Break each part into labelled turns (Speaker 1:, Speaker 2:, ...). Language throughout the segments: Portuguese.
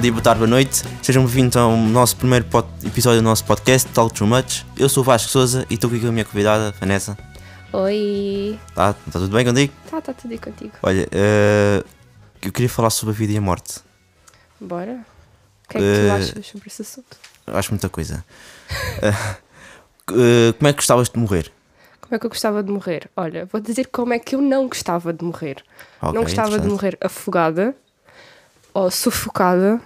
Speaker 1: dia, boa tarde, boa noite. Sejam bem-vindos ao nosso primeiro pod- episódio do nosso podcast, Talk Too Much. Eu sou o Vasco Souza e estou aqui com a minha convidada, Vanessa.
Speaker 2: Oi!
Speaker 1: Tá, tá tudo bem contigo?
Speaker 2: Tá, tá tudo aí contigo.
Speaker 1: Olha, eh, eu queria falar sobre a vida e a morte.
Speaker 2: Bora? O que é que tu
Speaker 1: Eh,
Speaker 2: achas sobre esse assunto?
Speaker 1: Eu acho muita coisa. Eh, eh, como é que gostavas de morrer?
Speaker 2: Como é que eu gostava de morrer? Olha, vou dizer como é que eu não gostava de morrer.
Speaker 1: Ok,
Speaker 2: não gostava de
Speaker 1: interessante.
Speaker 2: morrer afogada, ou sufocada,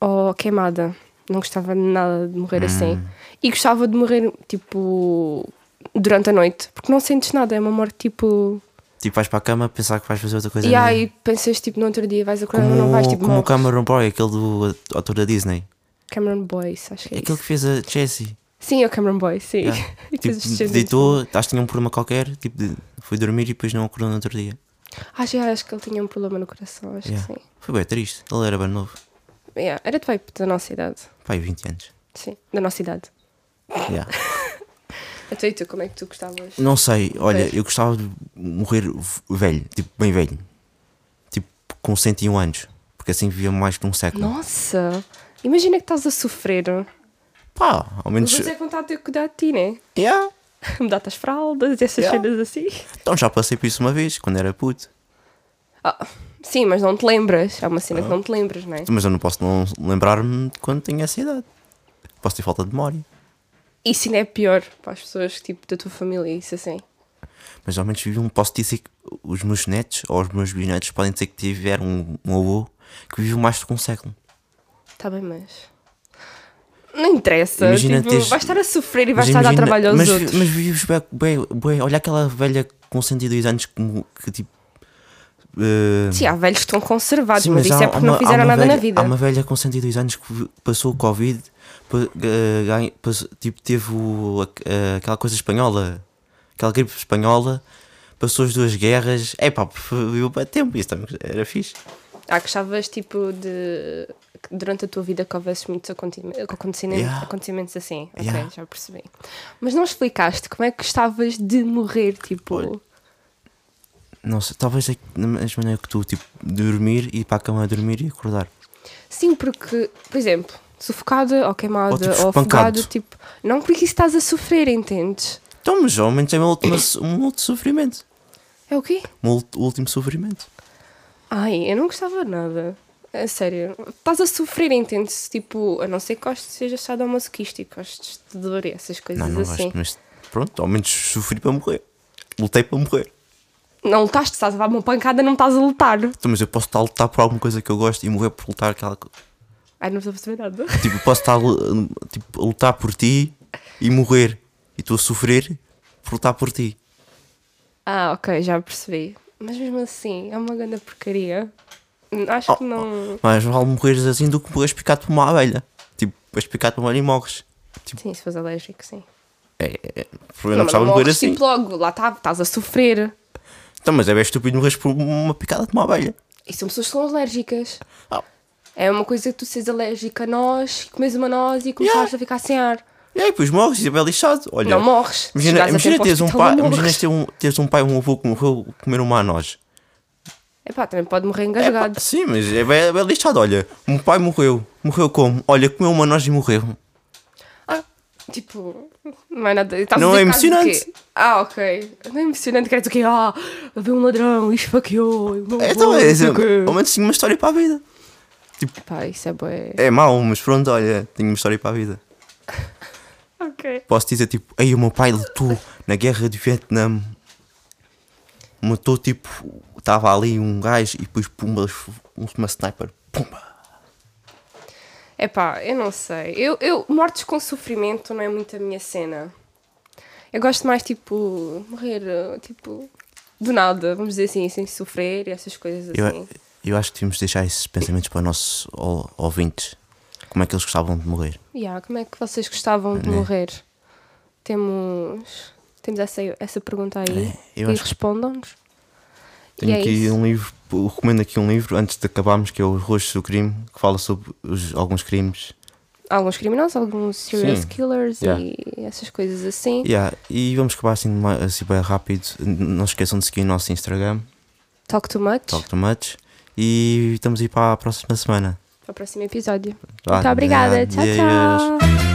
Speaker 2: ou queimada. Não gostava de nada de
Speaker 1: Hum.
Speaker 2: morrer assim. E gostava de morrer, tipo, durante a noite, porque não sentes nada, é uma morte tipo.
Speaker 1: Tipo, vais para a cama pensar que vais fazer outra coisa.
Speaker 2: e
Speaker 1: na-
Speaker 2: aí pensas, tipo, no outro dia vais acordar,
Speaker 1: é, né? como,
Speaker 2: mas não vais, tipo,
Speaker 1: como o
Speaker 2: morres.
Speaker 1: Cameron Boy, aquele do autor da Disney.
Speaker 2: Cameron Boyce, acho que é
Speaker 1: Aquele
Speaker 2: isso.
Speaker 1: que fez a Jessie.
Speaker 2: Sim, é o Cameron Boyce, sim.
Speaker 1: Yeah.
Speaker 2: E depois os
Speaker 1: Tipo,
Speaker 2: descendentes.
Speaker 1: deitou, acho que tinha um problema qualquer, tipo, de- foi dormir e depois não acordou no outro dia.
Speaker 2: Acho, acho que ele tinha um problema no coração, acho
Speaker 1: Yeah.
Speaker 2: que sim.
Speaker 1: Foi bem triste. Ele era bem novo.
Speaker 2: Yeah, Era de vibe da nossa idade.
Speaker 1: Pai, 20 anos.
Speaker 2: Sim, da nossa idade.
Speaker 1: Yeah.
Speaker 2: Até e tu, como é que tu gostavas?
Speaker 1: Não sei, olha,
Speaker 2: Pois.
Speaker 1: eu gostava de morrer v- velho, tipo, bem velho. Tipo, com 101 anos. Porque assim vivia mais que um século.
Speaker 2: Nossa! Imagina que estás a sofrer.
Speaker 1: Pá, ao menos.
Speaker 2: Mas é vontade de eu cuidar de ti, né?
Speaker 1: Yeah.
Speaker 2: Mudar-te as fraldas, essas
Speaker 1: Yeah.
Speaker 2: cenas assim.
Speaker 1: Então já passei por isso uma vez, quando era puto.
Speaker 2: Ah, sim, mas não te lembras. É uma cena que
Speaker 1: Ah.
Speaker 2: não te lembras, não é?
Speaker 1: Mas eu não posso não lembrar-me de quando tinha essa idade. Posso ter falta de memória.
Speaker 2: Isso ainda é pior para as pessoas tipo, da tua família, isso assim.
Speaker 1: Mas ao menos vivi um- posso dizer que os meus netos ou os meus bisnetos podem dizer que tiveram um, um avô que viveu mais do que um século.
Speaker 2: Está Tá bem, mas. Não interessa.
Speaker 1: Imagina
Speaker 2: tipo,
Speaker 1: teres-
Speaker 2: vais estar a sofrer e
Speaker 1: Mas
Speaker 2: vais estar a dar
Speaker 1: imagina-
Speaker 2: trabalho aos
Speaker 1: mas, vi-
Speaker 2: outros.
Speaker 1: Mas vives bem, bem, bem. Olha aquela velha com 102 anos que, mo- que tipo. eh,
Speaker 2: Sim, há velhos que estão conservados,
Speaker 1: sim,
Speaker 2: mas, isso
Speaker 1: há-
Speaker 2: é porque
Speaker 1: há uma-
Speaker 2: não
Speaker 1: há
Speaker 2: fizeram
Speaker 1: uma
Speaker 2: nada
Speaker 1: velha,
Speaker 2: na vida.
Speaker 1: Há uma velha com 102 anos que vi- passou o Covid, pa- eh, ganha- passou- tipo, teve o- a- eh, aquela coisa espanhola, aquela gripe espanhola, passou as duas guerras. É pá, viveu para tempo, isso também era fixe.
Speaker 2: Ah, gostavas tipo de. que Durante a tua vida que houvesse muitos acontecime- acontecimentos,
Speaker 1: Yeah.
Speaker 2: acontecimentos assim. Ok,
Speaker 1: Yeah.
Speaker 2: já percebi. Mas não explicaste como é que gostavas de morrer, tipo.
Speaker 1: Olha. Não sei, talvez é que da mesma maneira que tu, tipo, dormir, ir para a cama dormir e acordar.
Speaker 2: Sim, porque, por exemplo, sufocada ou
Speaker 1: Ou,
Speaker 2: queimada ou,
Speaker 1: tipo, espancado.
Speaker 2: afogado, tipo. Não porque isso estás a sofrer, entendes?
Speaker 1: Então, mas ao menos é um último, um último sofrimento.
Speaker 2: É o quê?
Speaker 1: Um ult- último sofrimento.
Speaker 2: Ai, eu não gostava de nada. A sério, estás a sofrer, entendes? Tipo, a não ser que gostes, sejas sadomasoquista e gostes de dor e essas coisas
Speaker 1: Não, não
Speaker 2: assim.
Speaker 1: gosto, mas pronto, ao menos sofri para morrer. Lutei para morrer.
Speaker 2: Não lutaste, estás a dar uma pancada, não estás a lutar.
Speaker 1: Então, mas eu posso estar a lutar por alguma coisa que eu gosto e morrer por lutar aquela co-
Speaker 2: Ai, não estou a perceber nada.
Speaker 1: Tipo, eu posso estar a, lu- tipo, a lutar por ti e morrer. E tu a sofrer por lutar por ti.
Speaker 2: Ah, ok, já percebi. Mas mesmo assim, é uma grande porcaria. Hum, Acho que não.
Speaker 1: Mas Oh, vale morreres assim do que morreres picado por uma abelha. Tipo, és picado por uma abelha e morres. Tipo,
Speaker 2: Sim, se fores alérgico, sim.
Speaker 1: é, é, eu não gostava de morrer
Speaker 2: morres,
Speaker 1: assim.
Speaker 2: tipo logo, lá está, estás a sofrer.
Speaker 1: Então, mas é bem estúpido morreres por uma picada de uma abelha.
Speaker 2: E são pessoas que são alérgicas.
Speaker 1: Ah,
Speaker 2: É uma coisa que tu seres alérgica a nós, comes uma noz e começares
Speaker 1: Yeah.
Speaker 2: a ficar sem ar.
Speaker 1: e aí, depois morres e é bem lixado. Olha,
Speaker 2: Não morres.
Speaker 1: Imagina,
Speaker 2: Chegares a
Speaker 1: imagina
Speaker 2: tempo ao
Speaker 1: teres, um
Speaker 2: hospital,
Speaker 1: pai,
Speaker 2: não
Speaker 1: imagina
Speaker 2: morres.
Speaker 1: ter um, teres um pai ou um avô que morreu de comer uma noz.
Speaker 2: Epá, também pode morrer
Speaker 1: É pá,
Speaker 2: engasgado.
Speaker 1: sim, mas é bem, é bem lixado. Olha, um pai morreu. Morreu como? Olha, comeu uma noz e morreu.
Speaker 2: Tipo, não é nada. Estás
Speaker 1: Não
Speaker 2: a dizer
Speaker 1: é
Speaker 2: caso de
Speaker 1: emocionante.
Speaker 2: quê? Ah, ok. Não é emocionante, queres o quê? Ah, havia um ladrão, esfaqueou. e o meu
Speaker 1: É,
Speaker 2: Um avô,
Speaker 1: então, é,
Speaker 2: não sei o quê.
Speaker 1: é, ao menos tinha uma história para a vida.
Speaker 2: Epá, isso é bué.
Speaker 1: É mau, mas pronto, olha, tinha uma história para a vida.
Speaker 2: Ok.
Speaker 1: Posso dizer, tipo, ei, o meu pai lutou na guerra do Vietnã. Matou, tipo, estava ali um gajo e depois, pumba, um, uma sniper. Pumba.
Speaker 2: Epá, eu não sei. Eu, eu, mortes com sofrimento não é muito a minha cena. Eu gosto mais, tipo, morrer, eh, tipo, do nada, vamos dizer assim, sem sofrer e essas coisas assim.
Speaker 1: Eu, eu acho que devíamos deixar esses pensamentos para os nossos ou- ouvintes. Como é que eles gostavam de morrer?
Speaker 2: Yeah, como é que vocês gostavam de
Speaker 1: Né?
Speaker 2: morrer? Temos, temos essa, essa pergunta aí.
Speaker 1: Né? Eu
Speaker 2: e
Speaker 1: acho que-
Speaker 2: respondam-nos.
Speaker 1: Tenho
Speaker 2: e é
Speaker 1: aqui
Speaker 2: isso.
Speaker 1: um livro, eu recomendo aqui um livro antes de acabarmos, que é o Rostos do Crime, que fala sobre os- alguns crimes.
Speaker 2: Alguns criminosos, alguns serial
Speaker 1: Sim.
Speaker 2: killers
Speaker 1: Yeah.
Speaker 2: e essas coisas assim.
Speaker 1: Yeah, e vamos acabar assim, ma- assim bem rápido. N- Não se esqueçam de seguir o nosso Instagram,
Speaker 2: Talk too much.
Speaker 1: Talk Too Much. E estamos aí para a próxima semana.
Speaker 2: para o próximo episódio.
Speaker 1: Vá,
Speaker 2: Muito obrigada. Tchau,
Speaker 1: adeus.
Speaker 2: tchau.